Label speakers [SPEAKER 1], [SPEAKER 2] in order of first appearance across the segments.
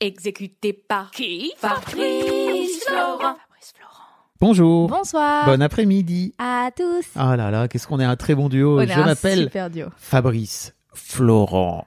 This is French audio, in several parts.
[SPEAKER 1] Exécuté par qui Fabrice Florent.
[SPEAKER 2] Bonjour,
[SPEAKER 3] Bonsoir
[SPEAKER 2] bon après-midi.
[SPEAKER 3] à tous.
[SPEAKER 2] Ah là là, qu'est-ce qu'on est un très bon duo.
[SPEAKER 3] On est
[SPEAKER 2] Je
[SPEAKER 3] un
[SPEAKER 2] m'appelle
[SPEAKER 3] super duo.
[SPEAKER 2] Fabrice Florent.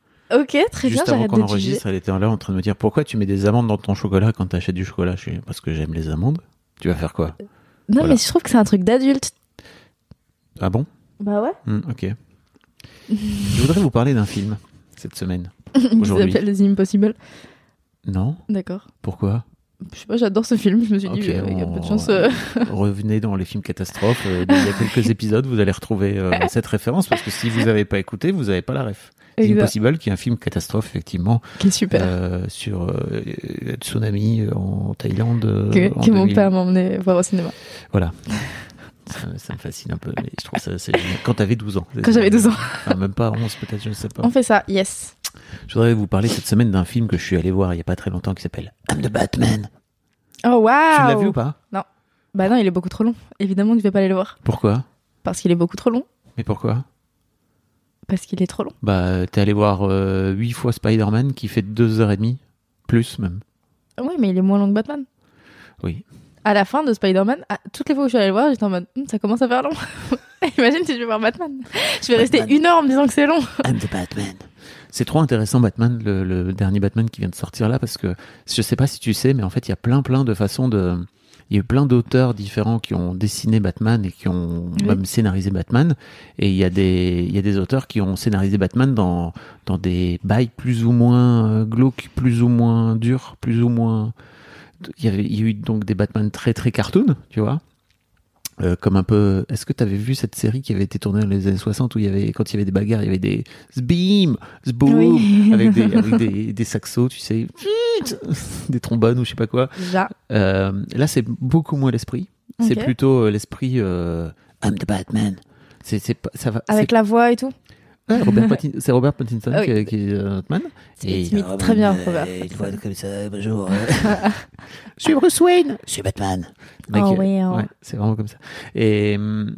[SPEAKER 3] Ok, très bien,
[SPEAKER 4] Juste avant
[SPEAKER 3] j'arrête
[SPEAKER 4] qu'on
[SPEAKER 3] de te juger.
[SPEAKER 4] enregistre, elle était là en train de me dire pourquoi tu mets des amandes dans ton chocolat quand t'achètes du chocolat. Je suis parce que j'aime les amandes. Tu vas faire quoi
[SPEAKER 3] Non,
[SPEAKER 4] Voilà.
[SPEAKER 3] mais je trouve que c'est un truc d'adulte.
[SPEAKER 4] Ah bon
[SPEAKER 3] Bah ouais.
[SPEAKER 4] Hmm, Ok. Je voudrais vous parler d'un film cette semaine.
[SPEAKER 3] Il
[SPEAKER 4] Aujourd'hui.
[SPEAKER 3] s'appelle The Impossible.
[SPEAKER 4] Non
[SPEAKER 3] D'accord.
[SPEAKER 4] Pourquoi
[SPEAKER 3] Je sais pas, j'adore ce film. Je me suis
[SPEAKER 4] Ok,
[SPEAKER 3] dit, euh, il y a
[SPEAKER 4] on-
[SPEAKER 3] peu de chance. euh.
[SPEAKER 4] Revenez dans les films catastrophes. euh, il y a quelques épisodes, vous allez retrouver euh, cette référence parce que si vous n'avez pas écouté, vous n'avez pas la ref. C'est
[SPEAKER 3] Exact. Bah.
[SPEAKER 4] Impossible, qui est un film catastrophe effectivement
[SPEAKER 3] Qui est super.
[SPEAKER 4] euh, sur euh, le tsunami en Thaïlande. euh,
[SPEAKER 3] que
[SPEAKER 4] en
[SPEAKER 3] que mon
[SPEAKER 4] 2000.
[SPEAKER 3] père m'a emmené voir au cinéma.
[SPEAKER 4] Voilà. ça, ça me fascine un peu, mais je trouve ça c'est génial. Quand t'avais 12 ans.
[SPEAKER 3] Quand j'avais 12 ans.
[SPEAKER 4] Enfin, même pas 11 peut-être, je ne sais pas.
[SPEAKER 3] On fait ça, yes.
[SPEAKER 4] Je voudrais vous parler cette semaine d'un film que je suis allé voir il n'y a pas très longtemps qui s'appelle I'm the Batman.
[SPEAKER 3] Oh waouh
[SPEAKER 4] Tu l'as vu ou pas
[SPEAKER 3] Bah non, il est beaucoup trop long. Évidemment que je vais pas aller le voir.
[SPEAKER 4] Pourquoi
[SPEAKER 3] Parce qu'il est beaucoup trop long.
[SPEAKER 4] Mais pourquoi
[SPEAKER 3] Parce qu'il est trop long.
[SPEAKER 4] Bah t'es allé voir 8 fois Spider-Man qui fait 2h30, plus même.
[SPEAKER 3] Oui, Ah mais il est moins long que Batman.
[SPEAKER 4] Oui.
[SPEAKER 3] à la fin de Spider-Man, à- toutes les fois où je suis allée le voir, j'étais en mode Hum, ça commence à faire long. Imagine si je vais voir Batman. Je vais rester
[SPEAKER 4] Batman.
[SPEAKER 3] une heure en me disant que c'est long.
[SPEAKER 4] I'm the Batman. C'est trop intéressant Batman, le, le dernier Batman qui vient de sortir là, parce que je sais pas si tu sais, mais en fait il y a plein plein de façons de... Il y a eu plein d'auteurs différents qui ont dessiné Batman et qui ont
[SPEAKER 3] Oui.
[SPEAKER 4] même scénarisé Batman. Et il y, a des, il y a des auteurs qui ont scénarisé Batman dans, dans des bails plus ou moins euh, glauques, plus ou moins durs, plus ou moins... Il y, avait, il y a eu donc des Batman très très cartoon, tu vois. Euh, comme un peu... Est-ce que tu avais vu cette série qui avait été tournée dans les années 60 où il y avait, quand il y avait des bagarres, il y avait des Zbeam, zboom,
[SPEAKER 3] Oui.
[SPEAKER 4] avec, des, avec des, des saxos, tu sais, des trombones ou je sais pas quoi.
[SPEAKER 3] Déjà.
[SPEAKER 4] Euh, là, c'est beaucoup moins l'esprit. C'est
[SPEAKER 3] Ok.
[SPEAKER 4] plutôt euh, l'esprit euh, I'm the Batman. C'est c'est pas- ça va.
[SPEAKER 3] Avec la voix et tout.
[SPEAKER 4] c'est- ouais, Robert Pattin- c'est Robert Pattinson
[SPEAKER 3] Ah oui.
[SPEAKER 4] qui, qui est euh, Batman. euh,
[SPEAKER 3] C'est imite très bien, Robert.
[SPEAKER 4] comme ça, bonjour. je suis Bruce Wayne. Je suis Batman. Le mec,
[SPEAKER 3] Oh,
[SPEAKER 4] euh,
[SPEAKER 3] ouais, oh.
[SPEAKER 4] ouais, c'est vraiment comme ça. Et, hum,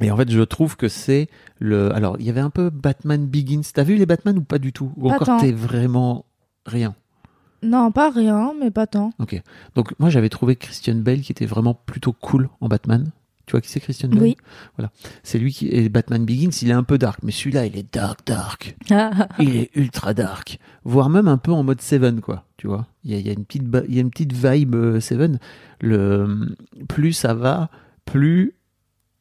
[SPEAKER 4] et en fait, je trouve que c'est le. Alors, il y avait un peu Batman Begins. T'as vu les Batman ou pas du tout Ou
[SPEAKER 3] Pas
[SPEAKER 4] encore
[SPEAKER 3] tant.
[SPEAKER 4] t'es vraiment rien
[SPEAKER 3] Non, pas rien, mais pas tant.
[SPEAKER 4] donc moi j'avais trouvé Christian Bale qui était vraiment plutôt cool en Batman. Tu vois qui c'est Christian Bale
[SPEAKER 3] Oui.
[SPEAKER 4] C'est lui qui est Batman Begins, il est un peu dark, mais celui-là il est dark dark. Il est ultra dark, voire même un peu en mode Seven quoi, tu vois. Il y a, il y a une petite ba- il y a une petite vibe euh, Seven. Le plus ça va, plus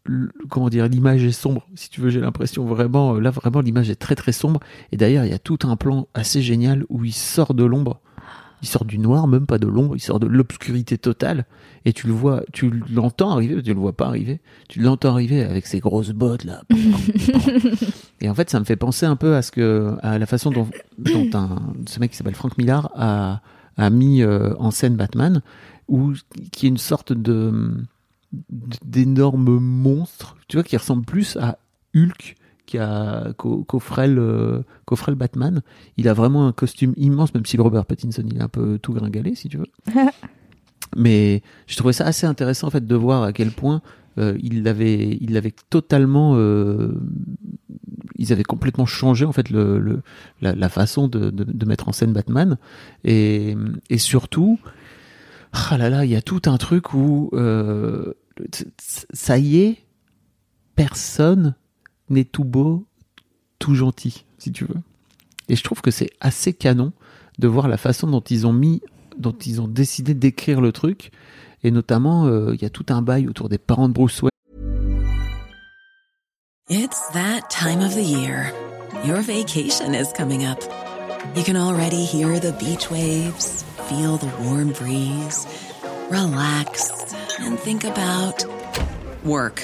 [SPEAKER 4] le- comment dire l'image est sombre si tu veux j'ai l'impression vraiment euh, là vraiment l'image est très très sombre et d'ailleurs il y a tout un plan assez génial où il sort de l'ombre il sort du noir, même pas de l'ombre, il sort de l'obscurité totale. Et tu le vois, tu l'entends arriver, tu le vois pas arriver. Tu l'entends arriver avec ses grosses bottes là. et en fait, ça me fait penser un peu à ce que, à la façon dont, dont un, ce mec qui s'appelle Frank Millard a, a mis euh, en scène Batman, ou qui est une sorte de d'énorme monstre, tu vois, qui ressemble plus à Hulk qui a qu'au- qu'au frêle, euh, qu'au frêle Batman. Il a vraiment un costume immense, même si le Robert Pattinson il est un peu tout gringalé, si tu veux. Mais je trouvais ça assez intéressant en fait de voir à quel point euh, il l'avait, il l'avait totalement, euh, ils avaient complètement changé en fait le, le- la, la façon de, de- de mettre en scène Batman et, et surtout, ah là là, il y a tout un truc où euh, t- t- ça y est, personne n'est tout beau, tout gentil, si tu veux. Et je trouve que c'est assez canon de voir la façon dont ils ont mis, dont ils ont décidé d'écrire le truc. Et notamment, euh, il y a tout un bail autour des parents de Bruce Wayne.
[SPEAKER 5] It's that time of the year. Your vacation is coming up. You can already hear the beach waves, feel the warm breeze, relax, and think about work.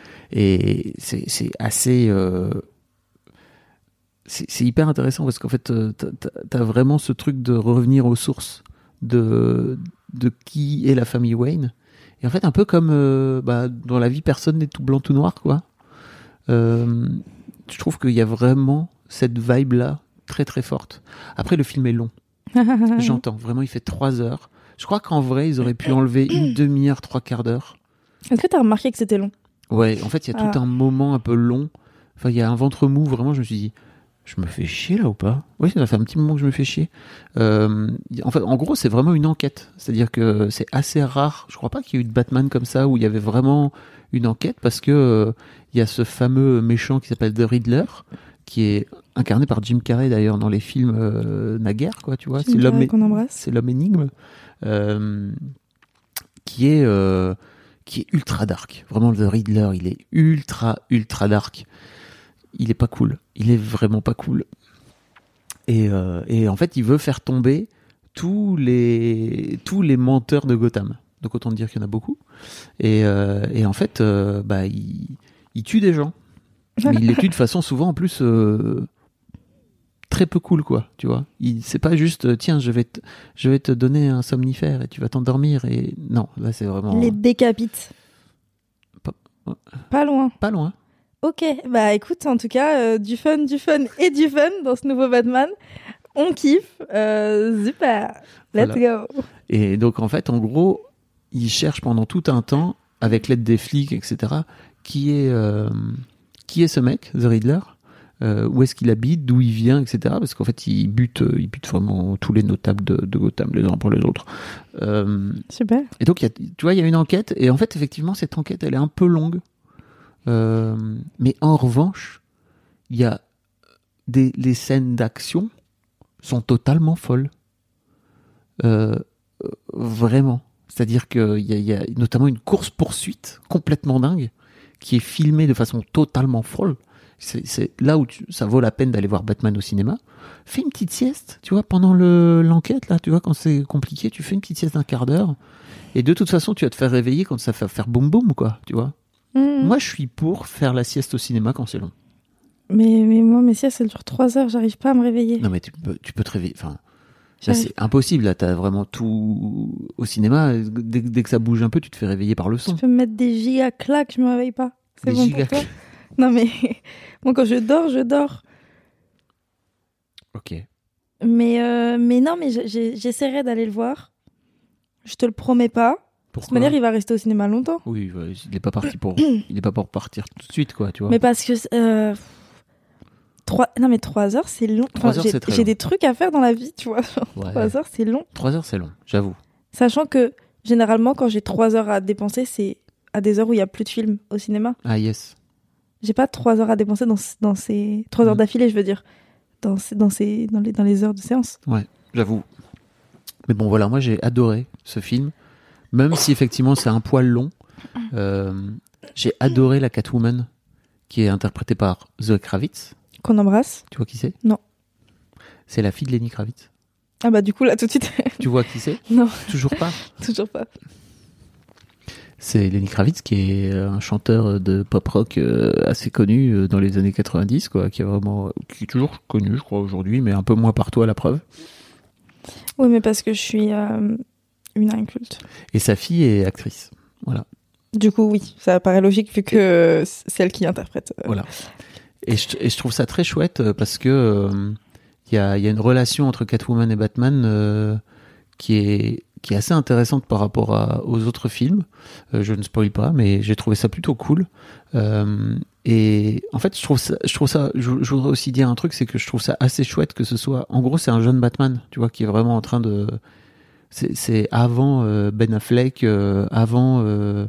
[SPEAKER 4] Et c'est c'est assez. euh, c'est c'est hyper intéressant parce qu'en fait, euh, t'as- t'as t'as vraiment ce truc de revenir aux sources de, de qui est la famille Wayne. Et en fait, un peu comme euh, bah, dans la vie, personne n'est tout blanc, tout noir, quoi. Euh, je trouve qu'il y a vraiment cette vibe-là très très forte. Après, le film est long. J'entends, vraiment, il fait trois heures. Je crois qu'en vrai, ils auraient pu enlever une demi-heure, trois quarts d'heure.
[SPEAKER 6] Est-ce que t'as remarqué que c'était long
[SPEAKER 4] Ouais, en fait, il y a tout
[SPEAKER 6] Ah.
[SPEAKER 4] un moment un peu long. Enfin, il y a un ventre mou, vraiment, je me suis dit, je me fais chier là ou pas Oui, ça fait un petit moment que je me fais chier. Euh, y- en, fait, en gros, c'est vraiment une enquête. C'est-à-dire que c'est assez rare. Je crois pas qu'il y ait eu de Batman comme ça où il y avait vraiment une enquête parce que euh, il y a ce fameux méchant qui s'appelle The Riddler qui est incarné par Jim Carrey d'ailleurs dans les films euh, naguère quoi tu vois
[SPEAKER 6] Jim
[SPEAKER 4] c'est l'homme
[SPEAKER 3] euh,
[SPEAKER 6] Carrey qu'on embrasse.
[SPEAKER 4] c'est l'homme énigme euh, qui est euh, qui est ultra dark. Vraiment, The Riddler, il est ultra, ultra dark. Il est pas cool. Il est vraiment pas cool. Et, euh, et en fait, il veut faire tomber tous les, tous les menteurs de Gotham. Donc autant dire qu'il y en a beaucoup. Et, euh, et en fait, euh, bah, il, il tue des gens. Mais il les tue de façon souvent en plus euh, très peu cool, quoi. Tu vois, il c'est pas juste euh, tiens, je vais te, je vais te donner un somnifère et tu vas t'endormir. Et non, là c'est vraiment
[SPEAKER 6] Les décapites.
[SPEAKER 4] Pas- ouais.
[SPEAKER 6] Pas loin.
[SPEAKER 4] pas loin.
[SPEAKER 6] Ok, bah écoute, en tout cas, euh, du fun, du fun et du fun dans ce nouveau Batman. On kiffe. Euh, super. Let's go.
[SPEAKER 4] Et donc, en fait, en gros, il cherche pendant tout un temps, avec l'aide des flics, etc., qui est, euh, qui est ce mec, The Riddler Euh, Où est-ce qu'il habite D'où il vient, etc. Parce qu'en fait, il bute, euh, il bute vraiment tous les notables de, de Gotham, les uns pour les autres. Euh,
[SPEAKER 6] Super.
[SPEAKER 4] et donc, il y a- tu vois, il y a une enquête. Et en fait, effectivement, cette enquête, elle est un peu longue. Euh, mais en revanche, il y a des, les scènes d'action sont totalement folles. Euh, euh, vraiment. C'est-à-dire qu'il y, a- il y a notamment une course-poursuite complètement dingue qui est filmée de façon totalement folle. C'est c'est là où tu- ça vaut la peine d'aller voir Batman au cinéma. Fais une petite sieste, tu vois, pendant le- l'enquête, là, tu vois, quand c'est compliqué, tu fais une petite sieste d'un quart d'heure. Et de toute façon, tu vas te faire réveiller quand ça fait faire boum boum, quoi, tu vois.
[SPEAKER 6] Mm.
[SPEAKER 4] Moi, je suis pour faire la sieste au cinéma quand c'est long.
[SPEAKER 6] Mais, mais moi, mes siestes, elles durent 3 heures, j'arrive pas à me réveiller.
[SPEAKER 4] Non, mais tu peux, tu peux te réveiller. Enfin, là,
[SPEAKER 6] J'arrive-
[SPEAKER 4] c'est impossible. Là, t'as vraiment tout au cinéma. Dès, dès que ça bouge un peu, tu te fais réveiller par le
[SPEAKER 6] Je
[SPEAKER 4] son.
[SPEAKER 6] peux me mettre des giga claques, je me réveille pas. C'est
[SPEAKER 4] Des
[SPEAKER 6] bon
[SPEAKER 4] giga
[SPEAKER 6] pour toi Non mais, moi quand je dors, je dors.
[SPEAKER 4] Ok.
[SPEAKER 6] Mais, euh, mais non, mais j'ai- j'ai- j'essaierai d'aller le voir. Je te le promets pas. De toute
[SPEAKER 4] Pourquoi
[SPEAKER 6] manière, il va rester au cinéma longtemps.
[SPEAKER 4] Oui, ouais, il n'est pas parti pour, il est pas pour partir tout de suite, quoi, tu vois.
[SPEAKER 6] Mais parce que... euh, trois- Non mais 3 heures, c'est long.
[SPEAKER 4] Trois
[SPEAKER 6] Enfin,
[SPEAKER 4] heures,
[SPEAKER 6] j'ai-
[SPEAKER 4] c'est très
[SPEAKER 6] J'ai
[SPEAKER 4] long.
[SPEAKER 6] des trucs à faire dans la vie, tu vois.
[SPEAKER 4] Ouais.
[SPEAKER 6] 3 heures, c'est long.
[SPEAKER 4] Trois heures, c'est long, j'avoue.
[SPEAKER 6] Sachant que Généralement, quand j'ai trois heures à dépenser, c'est à des heures où il y a plus de films au cinéma.
[SPEAKER 4] Ah yes.
[SPEAKER 6] J'ai pas trois heures à dépenser dans, ce- dans ces trois heures
[SPEAKER 4] Mhm.
[SPEAKER 6] d'affilée, je veux dire, dans ces, dans ces dans les dans les heures de séance.
[SPEAKER 4] J'avoue. Mais bon, voilà, moi j'ai adoré ce film, même si effectivement c'est un poil long. Euh, j'ai adoré la Catwoman, qui est interprétée par Zoe Kravitz.
[SPEAKER 6] Qu'on embrasse.
[SPEAKER 4] Tu vois qui c'est
[SPEAKER 6] Non.
[SPEAKER 4] C'est la fille de Lenny Kravitz.
[SPEAKER 6] Ah bah du coup là tout de suite,
[SPEAKER 4] Tu vois qui c'est
[SPEAKER 6] Non.
[SPEAKER 4] Toujours pas.
[SPEAKER 6] toujours pas.
[SPEAKER 4] C'est Lenny Kravitz qui est euh, un chanteur de pop rock euh, assez connu euh, dans les années 90, quoi, qui est vraiment, qui est toujours connu, je crois aujourd'hui, mais un peu moins partout à la preuve.
[SPEAKER 6] Oui, mais parce que je suis euh, une inculte.
[SPEAKER 4] Et sa fille est actrice.
[SPEAKER 6] Du coup, oui, ça paraît logique vu que euh, c'est elle qui interprète. euh,
[SPEAKER 4] Voilà. Et je, et je trouve ça très chouette euh, parce que euh, il y, a, il y a une relation entre Catwoman et Batman euh, qui, est, qui est assez intéressante par rapport à- aux autres films. Euh, je ne spoil pas, mais j'ai trouvé ça plutôt cool. Euh, et en fait, je trouve ça, je trouve ça, je, je voudrais aussi dire un truc, c'est que je trouve ça assez chouette que ce soit. En gros, c'est un jeune Batman, tu vois, qui est vraiment en train de. C'est c'est avant euh, Ben Affleck, euh, avant euh,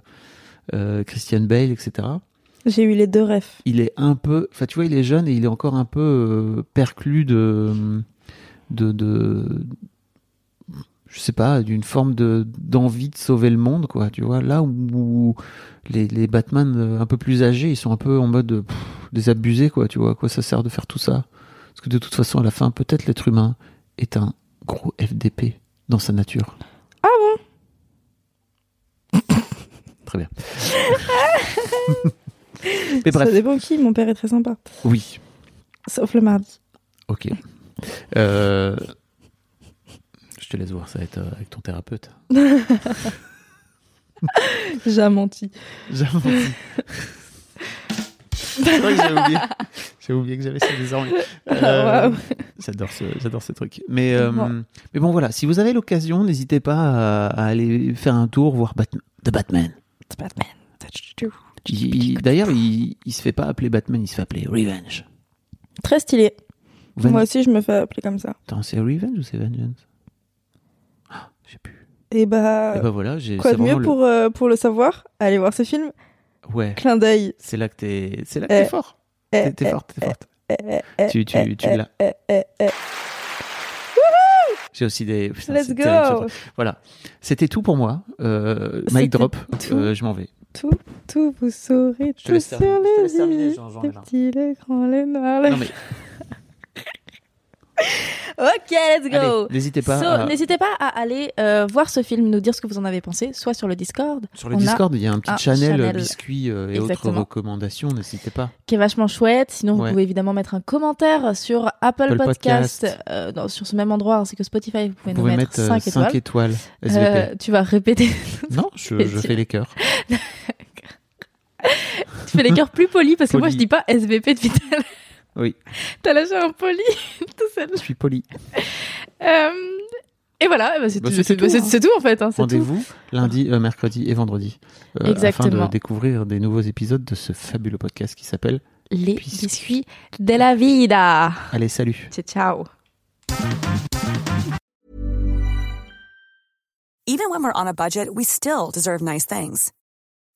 [SPEAKER 4] euh, Christian Bale, etc
[SPEAKER 6] J'ai eu les deux rêves.
[SPEAKER 4] il est un peu. Enfin, tu vois, il est jeune et il est encore un peu euh, perclus de, de, de. Je sais pas, d'une forme de d'envie de sauver le monde, quoi. Tu vois, là où, où les, les Batman euh, un peu plus âgés, ils sont un peu en mode euh, pff, désabusés, quoi. Tu vois, à quoi ça sert de faire tout ça Parce que de toute façon, à la fin, peut-être l'être humain est un gros FDP dans sa nature.
[SPEAKER 6] Ah bon
[SPEAKER 4] Très bien. Mais bref,
[SPEAKER 6] Ça dépend qui. Mon père est très sympa,
[SPEAKER 4] oui.
[SPEAKER 6] sauf le mardi.
[SPEAKER 4] Ok. Euh, Je te laisse voir ça va être, euh, avec ton thérapeute.
[SPEAKER 6] J'ai menti.
[SPEAKER 4] J'avais C'est vrai que j'avais oublié. J'ai oublié que j'avais ça désormais. Euh,
[SPEAKER 6] Waouh.
[SPEAKER 4] J'adore ce, j'adore ce truc. Mais, euh,
[SPEAKER 6] Ouais.
[SPEAKER 4] mais bon, voilà. Si vous avez l'occasion, n'hésitez pas à, à aller faire un tour, voir Bat- The Batman.
[SPEAKER 6] C'est Batman. Touch you.
[SPEAKER 4] Il- il- D'ailleurs, il, il se fait pas appeler Batman, il se fait appeler Revenge.
[SPEAKER 6] Très stylé.
[SPEAKER 4] Van-
[SPEAKER 6] Moi aussi, je me fais appeler comme ça.
[SPEAKER 4] Attends, c'est Revenge ou c'est Vengeance Ah, Je sais plus.
[SPEAKER 6] Et
[SPEAKER 4] Eh
[SPEAKER 6] bah,
[SPEAKER 3] Euh,
[SPEAKER 4] ben voilà, j'ai.
[SPEAKER 6] quoi
[SPEAKER 4] c'est
[SPEAKER 6] de mieux
[SPEAKER 4] vraiment le-
[SPEAKER 6] pour, euh, pour le savoir Allez voir ce film.
[SPEAKER 4] Ouais.
[SPEAKER 6] Clin d'œil.
[SPEAKER 4] C'est là que t'es, c'est là que
[SPEAKER 6] Eh,
[SPEAKER 4] t'es fort.
[SPEAKER 3] euh,
[SPEAKER 6] eh,
[SPEAKER 4] T'es, t'es
[SPEAKER 6] eh,
[SPEAKER 4] forte, t'es forte.
[SPEAKER 6] eh, eh, eh,
[SPEAKER 4] Tu- tu-
[SPEAKER 6] eh,
[SPEAKER 4] tu
[SPEAKER 6] eh,
[SPEAKER 4] l'as.
[SPEAKER 6] eh, eh, eh.
[SPEAKER 4] J'ai aussi des. Putain,
[SPEAKER 6] Let's
[SPEAKER 4] c'est terrible, ce
[SPEAKER 6] go.
[SPEAKER 4] truc. voilà. C'était tout pour moi. Euh,
[SPEAKER 6] C'était
[SPEAKER 4] mic drop.
[SPEAKER 6] tout.
[SPEAKER 4] Euh, je m'en vais.
[SPEAKER 6] Tout, tout, vous saurez
[SPEAKER 4] te
[SPEAKER 6] tout
[SPEAKER 4] laisse
[SPEAKER 6] sur
[SPEAKER 4] terminer, je te
[SPEAKER 6] les
[SPEAKER 4] laisse terminer,
[SPEAKER 6] îles.
[SPEAKER 4] Jean- Jean
[SPEAKER 6] Les
[SPEAKER 4] Gélin.
[SPEAKER 6] petits, les grands, les noirs. les-
[SPEAKER 4] Non mais
[SPEAKER 3] Ok, let's
[SPEAKER 4] allez, n'hésitez pas.
[SPEAKER 3] So,
[SPEAKER 4] à-
[SPEAKER 3] N'hésitez pas à aller euh, voir ce film, nous dire ce que vous en avez pensé, soit sur le Discord,
[SPEAKER 4] Sur le
[SPEAKER 3] on a
[SPEAKER 4] Discord, il y a un petit
[SPEAKER 3] un
[SPEAKER 4] channel,
[SPEAKER 3] channel.
[SPEAKER 4] biscuits euh, et
[SPEAKER 3] Exactement.
[SPEAKER 4] autres recommandations. N'hésitez pas.
[SPEAKER 3] qui est vachement chouette. Sinon,
[SPEAKER 4] Ouais.
[SPEAKER 3] vous pouvez évidemment mettre un commentaire sur Apple,
[SPEAKER 4] Apple
[SPEAKER 3] Podcast,
[SPEAKER 4] Podcast.
[SPEAKER 3] euh, dans- sur ce même endroit, ainsi que Spotify. Vous pouvez
[SPEAKER 4] Vous
[SPEAKER 3] nous
[SPEAKER 4] pouvez
[SPEAKER 3] mettre
[SPEAKER 4] mettre euh,
[SPEAKER 3] 5 étoiles.
[SPEAKER 4] étoiles.
[SPEAKER 3] Euh,
[SPEAKER 4] SVP.
[SPEAKER 3] tu vas répéter,
[SPEAKER 4] non, je, je
[SPEAKER 3] tu-
[SPEAKER 4] fais les cœurs.
[SPEAKER 3] tu fais les cœurs plus polis parce que moi
[SPEAKER 4] Poli.
[SPEAKER 3] je dis pas SVP depuis tout à l'heure.
[SPEAKER 4] Oui.
[SPEAKER 3] T'as lâché un poli tout seul.
[SPEAKER 4] Je suis poli.
[SPEAKER 3] Euh, et voilà, eh ben, c'est
[SPEAKER 4] Bah,
[SPEAKER 3] tout,
[SPEAKER 4] c'était
[SPEAKER 3] c'est-
[SPEAKER 4] tout,
[SPEAKER 3] c'est-
[SPEAKER 4] hein.
[SPEAKER 3] c'est tout en fait. hein, c'est tout.
[SPEAKER 4] Rendez-vous lundi, euh, mercredi et vendredi. euh, Afin
[SPEAKER 3] Exactement.
[SPEAKER 4] de découvrir des nouveaux épisodes de ce fabuleux podcast qui s'appelle
[SPEAKER 3] Les
[SPEAKER 4] Biscuits.
[SPEAKER 3] biscuits de la vida.
[SPEAKER 4] Allez, salut.
[SPEAKER 3] Ciao, ciao.
[SPEAKER 7] Even when we're on a budget, we still deserve nice things.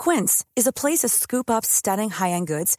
[SPEAKER 7] Quince is a place to scoop up stunning high-end goods